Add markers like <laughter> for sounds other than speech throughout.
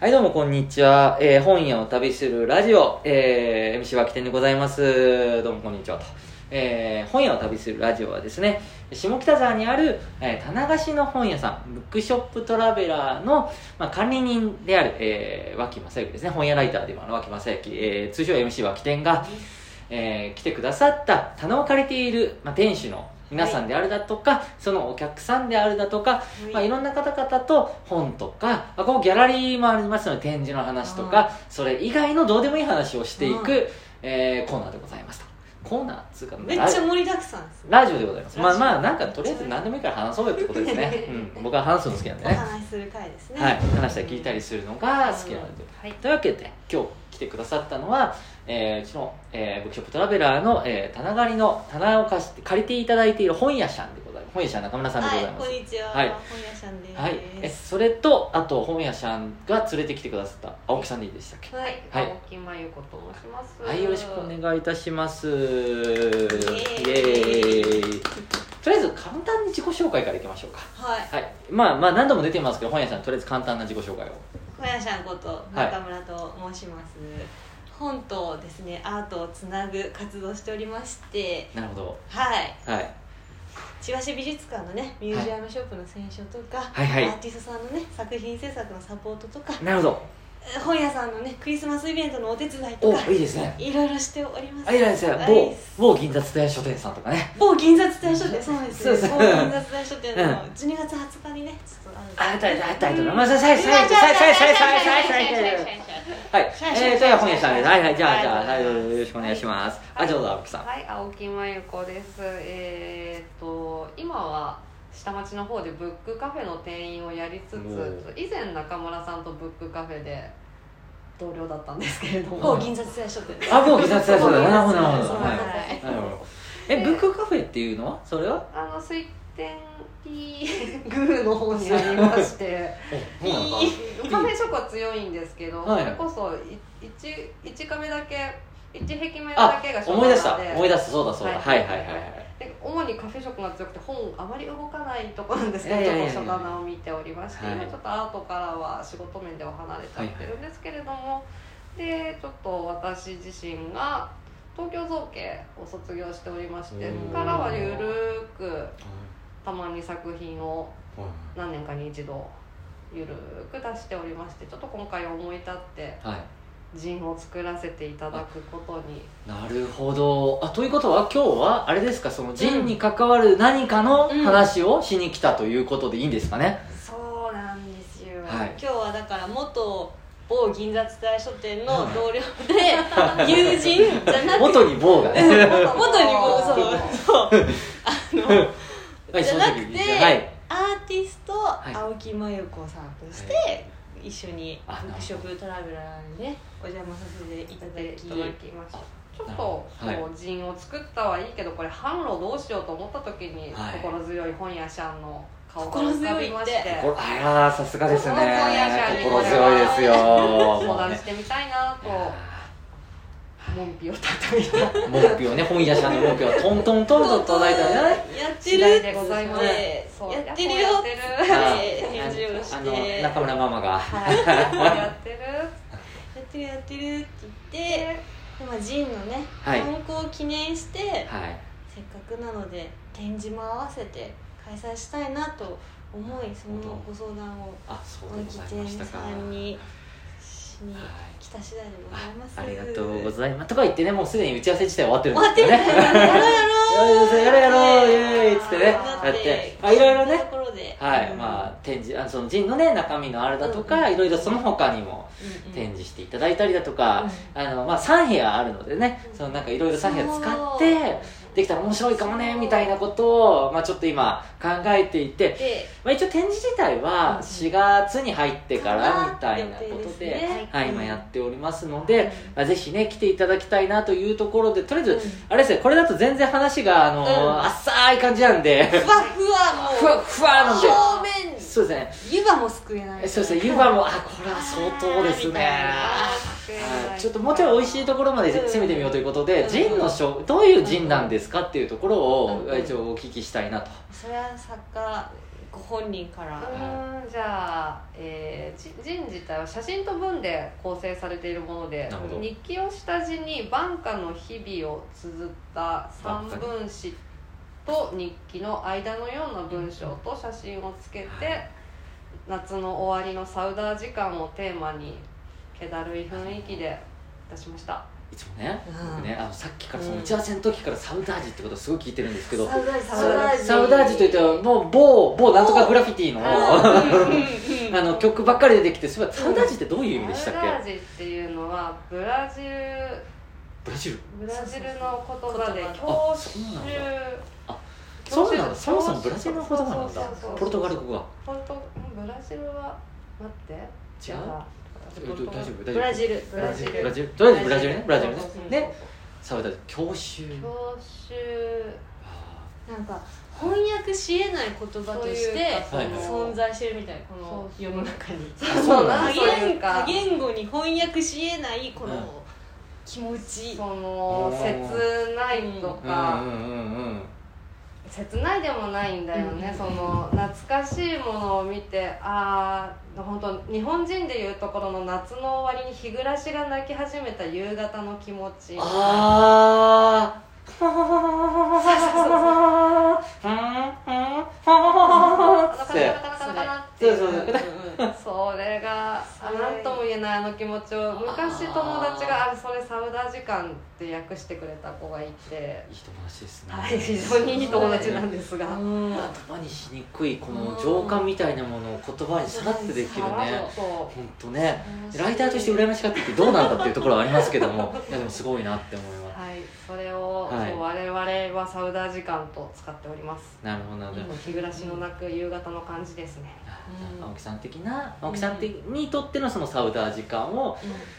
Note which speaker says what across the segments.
Speaker 1: はい、どうもこんにちは。えー本屋を旅するラジオ、えー MC 脇店でございます。どうもこんにちはと。えー本屋を旅するラジオはですね、下北沢にある、えー棚貸しの本屋さん、ブックショップトラベラーの、まあ、管理人である、えー脇正幸ですね、本屋ライターでもある脇正幸、えー通称 MC 脇店が、えー来てくださった棚を借りている、まあ、店主の皆さんであるだとか、そのお客さんであるだとか、まあ、いろんな方々と本とかあここギャラリーもありますので展示の話とかそれ以外のどうでもいい話をしていく、
Speaker 2: う
Speaker 1: えーコーナーでございますとコーナーっつうか
Speaker 2: めっ
Speaker 1: ラ
Speaker 2: ちゃ盛りだくさんです
Speaker 1: ラジオでございますま
Speaker 2: ラ
Speaker 1: あ
Speaker 2: ジオ
Speaker 1: まあなんかとりあえず何でもいいから話そうよってことですね、うん、僕は話すの好きなんで
Speaker 2: お
Speaker 1: ね
Speaker 2: 話しする回ですね
Speaker 1: はい、話したり聞いたりするのが好きなので、
Speaker 2: うんはい
Speaker 1: というわけで今日来てくださったのは、えーうちの、えーブックショップトラベラーの、えー棚借りの棚を貸して借りていただいている本屋さんでございます本屋さん中村さんでござい
Speaker 2: はい
Speaker 1: ます、
Speaker 2: こんにちは
Speaker 1: はい
Speaker 2: 本屋さんです
Speaker 1: はい、えそれとあと本屋さんが連れてきてくださった青木さんでいいでしたっけ
Speaker 2: はい
Speaker 1: はい
Speaker 3: 青木真由子と申します。
Speaker 1: はいよろしくお
Speaker 3: い
Speaker 1: 願いいたしますイエ
Speaker 2: ーイ
Speaker 1: ーイとりあえず簡単に自己紹介からいきましょうか
Speaker 2: はい
Speaker 1: はいまあまあ何度も出てますけど本屋さんとりあえず簡単な自己紹介を
Speaker 2: 本屋さんこと中村と申します本とですねアートをつなぐ活動しておりまして
Speaker 1: なるほど
Speaker 2: はい
Speaker 1: はい
Speaker 2: 千葉市美術館のねミュージアムショップの選書とか
Speaker 1: はいはい
Speaker 2: アーティストさんのね作品制作のサポートとか
Speaker 1: なるほど
Speaker 2: えー本屋さんのねクリスマスイベントのお手伝いと
Speaker 1: お
Speaker 2: か
Speaker 1: いいですね
Speaker 2: いろいろしております
Speaker 1: あいらっしゃい某
Speaker 2: はい
Speaker 1: 某銀座伝え書店さんとかね
Speaker 2: 某銀座伝え書店そうです
Speaker 1: <laughs> そう
Speaker 2: ね
Speaker 1: です
Speaker 2: 某銀座伝え書店の
Speaker 1: うん
Speaker 2: 12月20日にねちょっとあの
Speaker 1: あいたいたいたいたまあささいさいさいさいさいさいさいさいさいさいはい、えー、という本屋さんです。はいはい、じゃあ、じゃあ、はい、よろしくお願いします。あ、どうぞ、青木さん。
Speaker 3: はい、青木真由子です。えーっと、今は下町の方でブックカフェの店員をやりつ
Speaker 1: お
Speaker 3: つ、以前中村さんとブックカフェで同僚だったんですけれど <laughs>
Speaker 2: 某
Speaker 3: も。
Speaker 2: 銀座伝え書店
Speaker 1: あ、もう、さつやそうだ。なるほど、なるほど。
Speaker 2: そう
Speaker 1: はい。
Speaker 2: はい
Speaker 1: なるほど。え、ブックカフェっていうのは、それは。
Speaker 3: あの水天ピーグーの方にありまして。
Speaker 1: お、 <laughs> そうなのか。
Speaker 3: カフェショコは強いんですけど、
Speaker 1: はい
Speaker 3: それこそ一一壁だけ一壁目だ
Speaker 1: あ
Speaker 3: けが、書
Speaker 1: 思い出した
Speaker 3: なので。
Speaker 1: 思い出した、そうだ、そうだ。はい、はい、はい、はい。
Speaker 3: で主にカフェショップが強くて本あまり動かないとこなんですけど
Speaker 1: い
Speaker 3: ち
Speaker 1: や
Speaker 3: ょ
Speaker 1: いやい
Speaker 3: っ
Speaker 1: や
Speaker 3: と書棚を見ておりまして、
Speaker 1: はい
Speaker 3: 今ちょっとアートからは仕事面では離れちゃってるんですけれども、でちょっと私自身が東京造形を卒業しておりまして
Speaker 1: お
Speaker 3: そ
Speaker 1: ー
Speaker 3: こからはゆるくたまに作品を何年かに一度ゆるく出しておりましてちょっと今回思い立って
Speaker 1: はい。
Speaker 3: 陣を作らせていただくこと
Speaker 1: <laughs>
Speaker 3: に
Speaker 1: なるほど。あ、ということは、今日は、あれですか、その、人に関わる何かの話をしに来たということでいいんですかね。
Speaker 3: そうなんですよ
Speaker 1: はい。
Speaker 2: 今日はだから元某銀座伝え書店の同僚で友人じゃなくて
Speaker 1: 元に棒がね。
Speaker 2: 元にもそう
Speaker 3: <laughs>
Speaker 2: そうあの
Speaker 1: はい、
Speaker 2: じ
Speaker 1: そ
Speaker 2: ゃ
Speaker 1: の
Speaker 2: な
Speaker 1: 時
Speaker 2: く
Speaker 1: に
Speaker 2: て
Speaker 1: はい。
Speaker 2: アーティスト
Speaker 1: い
Speaker 2: 青木真由子さんとして、一緒に
Speaker 1: あなるほど
Speaker 2: 服飾トラベラーにねお邪魔させていただ
Speaker 3: い
Speaker 2: き
Speaker 3: ただきました
Speaker 1: あ
Speaker 3: ちょっと
Speaker 1: なるほど
Speaker 3: こう陣を作ったはいいけどこれ販路どうしようと思った時に
Speaker 1: はい
Speaker 3: 心強い本屋さんの顔が浮かびまして
Speaker 1: こあら、さすがですね
Speaker 3: 心強い。
Speaker 1: 心強いですよ。
Speaker 3: 相
Speaker 1: もう
Speaker 3: 談
Speaker 1: ね
Speaker 3: してみたいなと門扉を叩いた
Speaker 1: 文句をね本屋さんの文句をトントントンと叩いたんじゃない
Speaker 2: やって
Speaker 3: 次
Speaker 2: る
Speaker 3: 第でございます
Speaker 2: って
Speaker 3: そう
Speaker 2: やってるよ
Speaker 3: や
Speaker 2: っ
Speaker 3: って
Speaker 2: て
Speaker 3: る
Speaker 2: 返事をして
Speaker 1: あの中村ママが
Speaker 2: はいや
Speaker 3: や <laughs> ってる
Speaker 2: ってるやってるって言って
Speaker 3: で
Speaker 2: でまあジンのね
Speaker 1: はい
Speaker 2: 本校を記念して、
Speaker 1: はい
Speaker 2: せっかくなので展示も合わせて開催したいなと思いそのご相談を
Speaker 1: あそうで
Speaker 2: 青
Speaker 1: ご
Speaker 2: 木
Speaker 1: ざいました
Speaker 2: 店
Speaker 1: か
Speaker 2: さんにしに
Speaker 1: はい
Speaker 2: 来た次第でございます
Speaker 1: ありがとうございますとか言ってねもうすでに打ち合わせ自体終わってるん
Speaker 2: 終わって
Speaker 1: です
Speaker 2: る
Speaker 1: よ
Speaker 2: や
Speaker 1: ね
Speaker 2: ろうやろう
Speaker 1: やろうやろうイエーイっつってね
Speaker 2: だ
Speaker 1: やってあいろいろね
Speaker 2: ところで
Speaker 1: はい、まあ展示あその陣のね中身のあれだとか、
Speaker 2: うん
Speaker 1: いろいろその他にも
Speaker 2: うんうん
Speaker 1: 展示していただいたりだとか、
Speaker 2: う
Speaker 1: あのまあ3部屋あるのでね、
Speaker 2: うん
Speaker 1: そのなんかいろいろ3部屋使っ
Speaker 2: そう
Speaker 1: てできたら面白いかもねみたいなことをまあちょっと今考えていて、
Speaker 2: で
Speaker 1: まあ、一応展示自体
Speaker 2: うん
Speaker 1: は
Speaker 2: うん
Speaker 1: 4月に入ってからみたいなこ
Speaker 2: 予定
Speaker 1: と
Speaker 2: す
Speaker 1: で、
Speaker 2: ね
Speaker 1: はい、
Speaker 2: うん
Speaker 1: 今やっておりますので、まあ、ぜひね来ていただきたいなというところでとりあえず、
Speaker 2: うん
Speaker 1: あれですねこれだと全然話があのー
Speaker 2: うん
Speaker 1: 浅い感じなんで
Speaker 2: ふわふわもう
Speaker 1: ふわふわなんで
Speaker 2: 表面
Speaker 1: そうですね
Speaker 2: 湯葉もすくえない
Speaker 1: えそうですね湯葉もあこれは相当ですね
Speaker 2: あ
Speaker 1: はいちょっともうちょい美味しいところまで
Speaker 2: うん
Speaker 1: 攻めてみようということ
Speaker 2: う
Speaker 1: で、
Speaker 2: ん
Speaker 1: ジンのしょどういうジンなんですかっていうところ
Speaker 2: う
Speaker 1: を
Speaker 2: ん
Speaker 1: 一応お聞きしたいなと、
Speaker 2: それは作家ご本人から
Speaker 3: うーんじゃあ、えーじ人自体は写真と文で構成されているもので
Speaker 1: なるほど
Speaker 3: 日記を下地に晩夏の日々を綴った三文詞と日記の間のような文章と写真をつけて、
Speaker 1: はい
Speaker 3: 夏の終わりのサウダー時間をテーマに気だるい雰囲気で出しました
Speaker 1: いつもね
Speaker 2: うん
Speaker 1: 僕ねあのさっきからその打ち合わせの時からサウダージってことをすごい聞いてるんですけど、
Speaker 2: ウダージ
Speaker 1: サウダージサウダージといってはもう某某なんとかグラフィティのあの曲ばっかり出てきてすごいサウダージってどういう意味でしたっ
Speaker 3: サウダー
Speaker 1: け
Speaker 3: ジっていうのはブラジル
Speaker 1: ブラジル
Speaker 3: ブラジルの言葉で
Speaker 2: 言
Speaker 1: 葉
Speaker 3: 教
Speaker 1: あそ
Speaker 3: 習
Speaker 1: うなんだそうなんだそもそもブラジルの言葉なん
Speaker 3: そう
Speaker 1: だ
Speaker 3: そうそうそう
Speaker 1: ポルトガル語が
Speaker 3: ポルトブラジルは待って
Speaker 1: 違うえっと
Speaker 3: 違う
Speaker 1: 大丈夫大
Speaker 2: ブ
Speaker 1: 丈
Speaker 2: ラ
Speaker 1: 夫
Speaker 2: ジル
Speaker 3: ブラジル
Speaker 1: ブラジルとりあえずブラジルねブ
Speaker 3: ブ
Speaker 1: ラジルねね
Speaker 3: ね
Speaker 1: サウダージ教習
Speaker 3: 教習
Speaker 1: あ
Speaker 2: なんか翻訳しえない言葉として
Speaker 1: そういうかそ
Speaker 2: 存在してるみたいこ
Speaker 3: そう
Speaker 2: の
Speaker 3: そう
Speaker 2: 世の中に
Speaker 1: ーあそうなん
Speaker 3: ま
Speaker 1: だ
Speaker 3: あ
Speaker 2: 多
Speaker 3: そうい
Speaker 2: 言
Speaker 3: うか
Speaker 2: 多言語に翻訳しえないこ
Speaker 1: うん
Speaker 2: の気持ち
Speaker 3: その切ないと
Speaker 1: うん
Speaker 3: か
Speaker 1: うんうんうん
Speaker 3: 切ないでもないんだよね
Speaker 2: うん
Speaker 3: その懐かしいものを見てああ本当日本人でいうところの夏の終わりに日暮らしが泣き始めた夕方の気持ち
Speaker 1: あそうそう
Speaker 3: そうそれが
Speaker 2: はい
Speaker 3: 何とも言えないあの気持ちを昔友達が「あそれサウダー時間」って訳してくれた子がいて
Speaker 1: いい友達ですね、
Speaker 3: はい非常にいい友達なんですが
Speaker 2: うんうん
Speaker 1: 言葉にしにくいこの情感みたいなものを言葉にさらっとできる
Speaker 3: さら
Speaker 1: ね
Speaker 3: っと
Speaker 1: 本当ねライターとして羨ましかったってどうなんだっていうところはありますけど
Speaker 3: <laughs>
Speaker 1: もいやでもすごいなって思います
Speaker 3: はいそれを、
Speaker 1: はい
Speaker 3: そう我々はサウダー時間と使っております
Speaker 1: なるほどなるほど、
Speaker 3: 日暮らしのなく夕方の感じですね、
Speaker 2: うん
Speaker 1: 青木さん的な青木さん的にとってのそのサウダー時間を、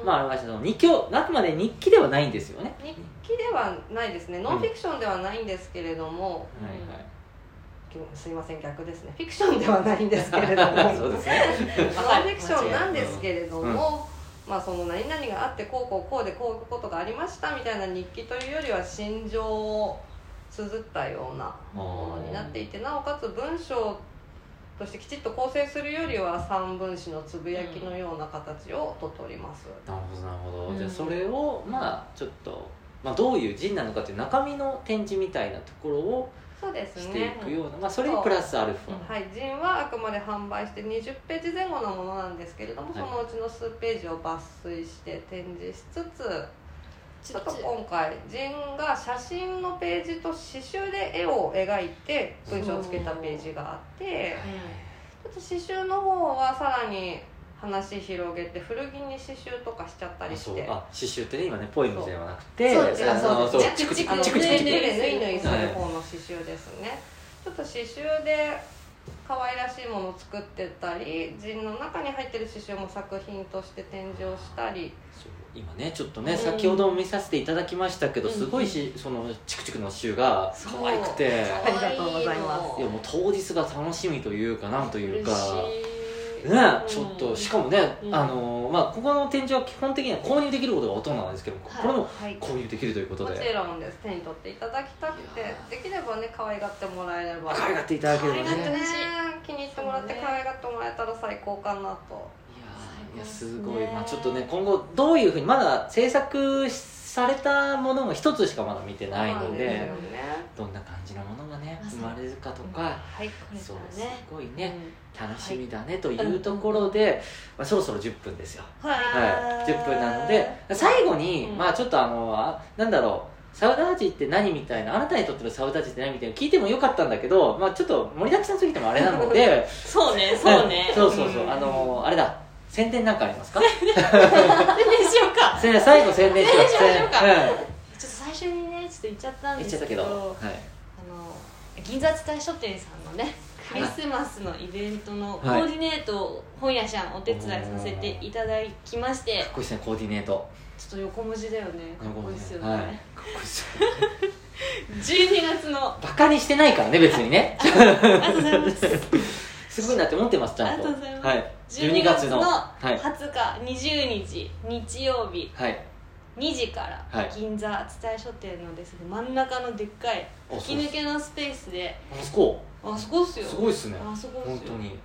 Speaker 3: うん
Speaker 1: まあ表したその日記をあくまで日記ではないんですよね
Speaker 3: 日記ではないですねノンフィクションではないんですけれども、
Speaker 2: うん
Speaker 1: はいはい
Speaker 3: すいません逆ですねフィクションではないんですけ <laughs> れども
Speaker 1: そうですね
Speaker 3: まあノンフィクションなんですけれども、まあ、その何々があってこうこうこうでこういうことがありましたみたいな日記というよりは心情を綴ったようなものになっていてなおかつ文章としてきちっと構成するよりは三文詞のつぶやきのような形をとっております、
Speaker 1: なるほどなるほど、
Speaker 2: うん
Speaker 1: じゃあそれをまあちょっと、まあ、どういう人なのかという中身の展示みたいなところを
Speaker 3: そうですね
Speaker 1: していくような、まあ、それにプラスアルファ、
Speaker 2: うん
Speaker 3: はい、ジンはあくまで販売して20ページ前後のものなんですけれども、
Speaker 1: はい
Speaker 3: そのうちの数ページを抜粋して展示しつつちょっと今回ジンが写真のページと刺繍で絵を描いて文章をつけたページがあってちょっと刺繍の方はさらに話広げて古着に刺繍とかしちゃったり
Speaker 1: あそ
Speaker 3: し
Speaker 1: う
Speaker 3: て
Speaker 1: あ刺繍ってね今ねポエムではなくて
Speaker 2: そうそう
Speaker 1: あの
Speaker 2: そうですね
Speaker 1: チクチ
Speaker 3: あ
Speaker 1: ク
Speaker 3: の
Speaker 1: チ
Speaker 3: チク
Speaker 1: ク
Speaker 3: チ
Speaker 1: チクチク
Speaker 3: クチクで縫い縫いする方の刺繍ですね、ちょっと刺繍で可愛らしいものを作ってたり陣の中に入ってる刺繍も作品として展示をしたり
Speaker 1: そう今ねちょっとね、
Speaker 2: うん
Speaker 1: 先ほども見させていただきましたけど、すごいしそのチクチクの刺繍が可愛くて
Speaker 3: ありがとうございます
Speaker 1: いやもう当日が楽しみというかなんというか
Speaker 2: 嬉しい
Speaker 1: ね
Speaker 2: うん
Speaker 1: ちょっとしかもね、
Speaker 2: うん
Speaker 1: あのまあここの展示は基本的には購入できることがほとんどなんですけど、
Speaker 2: はい
Speaker 1: これも
Speaker 3: はい
Speaker 1: 購入できるということ
Speaker 3: も
Speaker 1: で
Speaker 3: ちろんです手に取っていただきたく
Speaker 1: いや
Speaker 3: てできればね可愛がってもらえれば
Speaker 1: 可愛がっていただければね
Speaker 2: 可愛がって
Speaker 1: い
Speaker 2: ね
Speaker 3: ね気に入ってもらって
Speaker 2: そうね
Speaker 3: 可愛がってもらえたら最高かなと
Speaker 1: やいやすごい、
Speaker 2: ね
Speaker 1: まあ、ちょっとね今後どういうふうにまだ制作されたものも一つしかまだ見てない
Speaker 3: そう
Speaker 1: ので
Speaker 3: んですよ
Speaker 2: ね
Speaker 3: ね
Speaker 1: どんな感じのものがね
Speaker 2: ま
Speaker 1: 生
Speaker 2: さに
Speaker 1: まれるかとか、
Speaker 3: はい
Speaker 2: これ
Speaker 1: そう
Speaker 2: から
Speaker 1: す
Speaker 2: ね
Speaker 1: ごいうね、
Speaker 2: ん
Speaker 1: 楽しみだねというところで、まあ、そろそろ10分ですよは、
Speaker 2: はい
Speaker 1: 10分なので最後に、
Speaker 3: うん
Speaker 1: まあちょっとあのあなんだろうサウダージって何みたいなあなたにとってのサウダージって何みたいな聞いてもよかったんだけど、まあ、ちょっと盛りだくさんすぎてもあれなので
Speaker 2: そうねそうね
Speaker 1: そうそうそう、
Speaker 3: うん
Speaker 1: あのあれだ宣伝なんかあります
Speaker 2: <laughs>
Speaker 1: か
Speaker 2: 宣伝しようかちょっ
Speaker 1: せ最後宣伝しよう
Speaker 2: 宣伝しましょうか
Speaker 1: 宣伝
Speaker 2: と最初にねちょっと言っちゃった
Speaker 1: うんん言っち
Speaker 2: で
Speaker 1: ゃ
Speaker 2: す
Speaker 1: った
Speaker 2: け
Speaker 1: け
Speaker 2: ど
Speaker 1: ど、
Speaker 2: あ
Speaker 1: はい、
Speaker 2: の銀座伝え書店さんのねクリスマスのイベントのコーディネートを本屋さんお手伝いさせていただきまして、
Speaker 1: かっこいいですねコーディネート
Speaker 2: ちょっと横文字だよねかっこいいですよね、
Speaker 1: はい、かっこいいですよね
Speaker 2: 12月の
Speaker 1: バカにしてないからね別に
Speaker 2: <laughs>
Speaker 1: ね
Speaker 2: ありがとうございます
Speaker 1: すごいなって思ってますちゃんと
Speaker 2: ありがとうございます
Speaker 1: はい、
Speaker 2: 12月の
Speaker 1: は
Speaker 2: 20
Speaker 1: い
Speaker 2: 日、20日日曜日
Speaker 1: はい
Speaker 2: 2時から
Speaker 1: はい
Speaker 2: 銀座厚田書店のですね真ん中のでっかい
Speaker 1: あ
Speaker 2: 吹き抜けのスペースで
Speaker 1: あそこ
Speaker 2: あそこっすよ
Speaker 1: すごいっすね
Speaker 2: あそこっ
Speaker 1: 本
Speaker 2: す
Speaker 1: 当
Speaker 2: よ
Speaker 1: に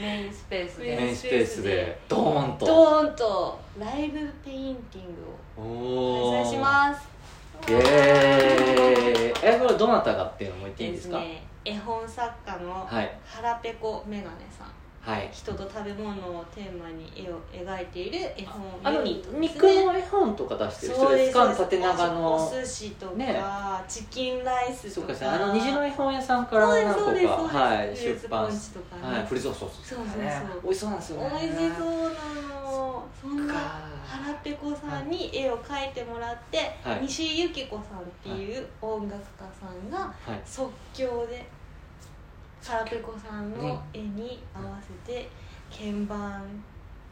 Speaker 3: メインスペー
Speaker 1: お
Speaker 3: ス
Speaker 1: ー
Speaker 3: で
Speaker 1: メインスペースでドーンと
Speaker 2: ドーンとライブペインティングを
Speaker 1: お
Speaker 2: 開
Speaker 1: ー
Speaker 2: 催します
Speaker 1: イエーイえこれどなたがっていうのも言っていいですか
Speaker 2: ね絵本作家の
Speaker 1: はい
Speaker 2: 腹ペコメガネさん
Speaker 1: はい
Speaker 2: 人と食べ物をテーマに絵を描いている絵
Speaker 1: あ
Speaker 2: 本
Speaker 1: の
Speaker 2: ユニット
Speaker 1: 肉の絵本とか出してる人ですか縦長の
Speaker 2: お寿司とか、
Speaker 1: ね
Speaker 2: チキンライス
Speaker 1: そ
Speaker 2: と
Speaker 1: う
Speaker 2: か
Speaker 1: かあの虹の絵本屋さんから何個
Speaker 2: そう
Speaker 1: か
Speaker 2: ですそうです
Speaker 1: はい
Speaker 2: フルーツ
Speaker 1: 出
Speaker 2: ポ
Speaker 1: 版
Speaker 2: ン
Speaker 1: し
Speaker 2: チとかね、
Speaker 1: はいフリゾそう
Speaker 2: そうそうそう
Speaker 1: 美味しそうなんですよね
Speaker 2: 美味しそうなのそん
Speaker 1: か
Speaker 2: な腹ペコさんに絵を描いてもらって、
Speaker 1: はい
Speaker 2: 西井由紀子さんっていう音楽家さんが
Speaker 1: はい
Speaker 2: 即興で腹ペコさんの絵に合わせて鍵盤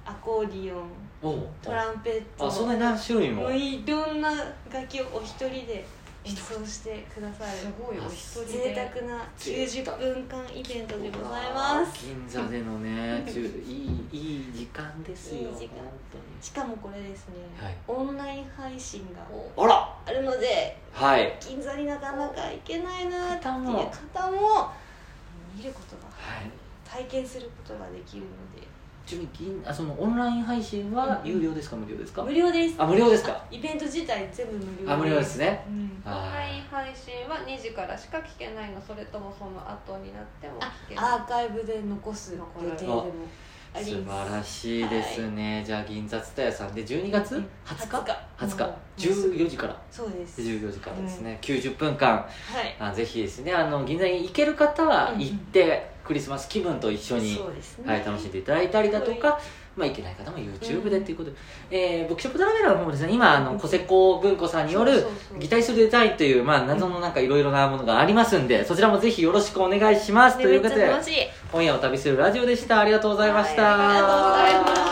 Speaker 2: アコーディオン
Speaker 1: おう
Speaker 2: トランペット
Speaker 1: あそんなに何種類も
Speaker 2: もういろんな楽器をお一人で演奏してくださ
Speaker 3: す
Speaker 2: る
Speaker 3: ごいお一
Speaker 2: 贅
Speaker 3: 人で
Speaker 2: 沢な90分間イベントでございます
Speaker 1: 銀座での
Speaker 2: <laughs>
Speaker 1: ね中いいいい時間ですよ
Speaker 2: いい時間
Speaker 1: 本
Speaker 2: しかもこれですね、
Speaker 1: はい
Speaker 2: オンライン配信が
Speaker 1: 当にあら
Speaker 2: あるので
Speaker 1: はい
Speaker 2: 銀座になかなか行けないなっていう
Speaker 1: 方も
Speaker 2: 方も見ることが
Speaker 1: はい
Speaker 2: 体験することができるので
Speaker 1: ちなみに銀あそのオンライン配信は
Speaker 2: うん
Speaker 1: 有料ですか無料ですか
Speaker 2: 無料です
Speaker 1: あ無料ですか
Speaker 2: イベント自体全部無料
Speaker 1: あ無料ですね
Speaker 2: うん
Speaker 3: オンライン
Speaker 1: あ
Speaker 3: 配信は2時からしか聞けないのそれともその後になっても聞けない
Speaker 2: アーカイブで残す予定でもあ
Speaker 1: ー
Speaker 2: り
Speaker 1: 素晴らしいですね、じゃあ銀座蔦屋さんで12月
Speaker 2: うん
Speaker 1: 20
Speaker 2: 20
Speaker 1: 日
Speaker 2: 日
Speaker 1: 20
Speaker 2: もう
Speaker 1: 日14時から
Speaker 2: そうです
Speaker 1: 14時からですね、90分間
Speaker 2: はい
Speaker 1: あぜひですねあの銀座に行ける方は行って、クリスマス気分と一緒に
Speaker 2: そうですね
Speaker 1: はい、楽しんでいただいたりだとか、まあ、いけない方も YouTube でっていうことで、えーブックショップトラベラーの方もですね今あの小瀬子文庫さんによる
Speaker 2: そうそうそう
Speaker 1: 擬態するデザインという、まあ、謎のなんかいろいろなものがありますんでそちらもぜひよろしくお願いしますと
Speaker 2: で
Speaker 1: いう
Speaker 2: めっ
Speaker 1: こ
Speaker 2: ち
Speaker 1: と
Speaker 2: ゃ
Speaker 1: で
Speaker 2: 楽しい
Speaker 1: 今夜を旅するラジオでしたありがとうございました、
Speaker 2: はいありがとうございました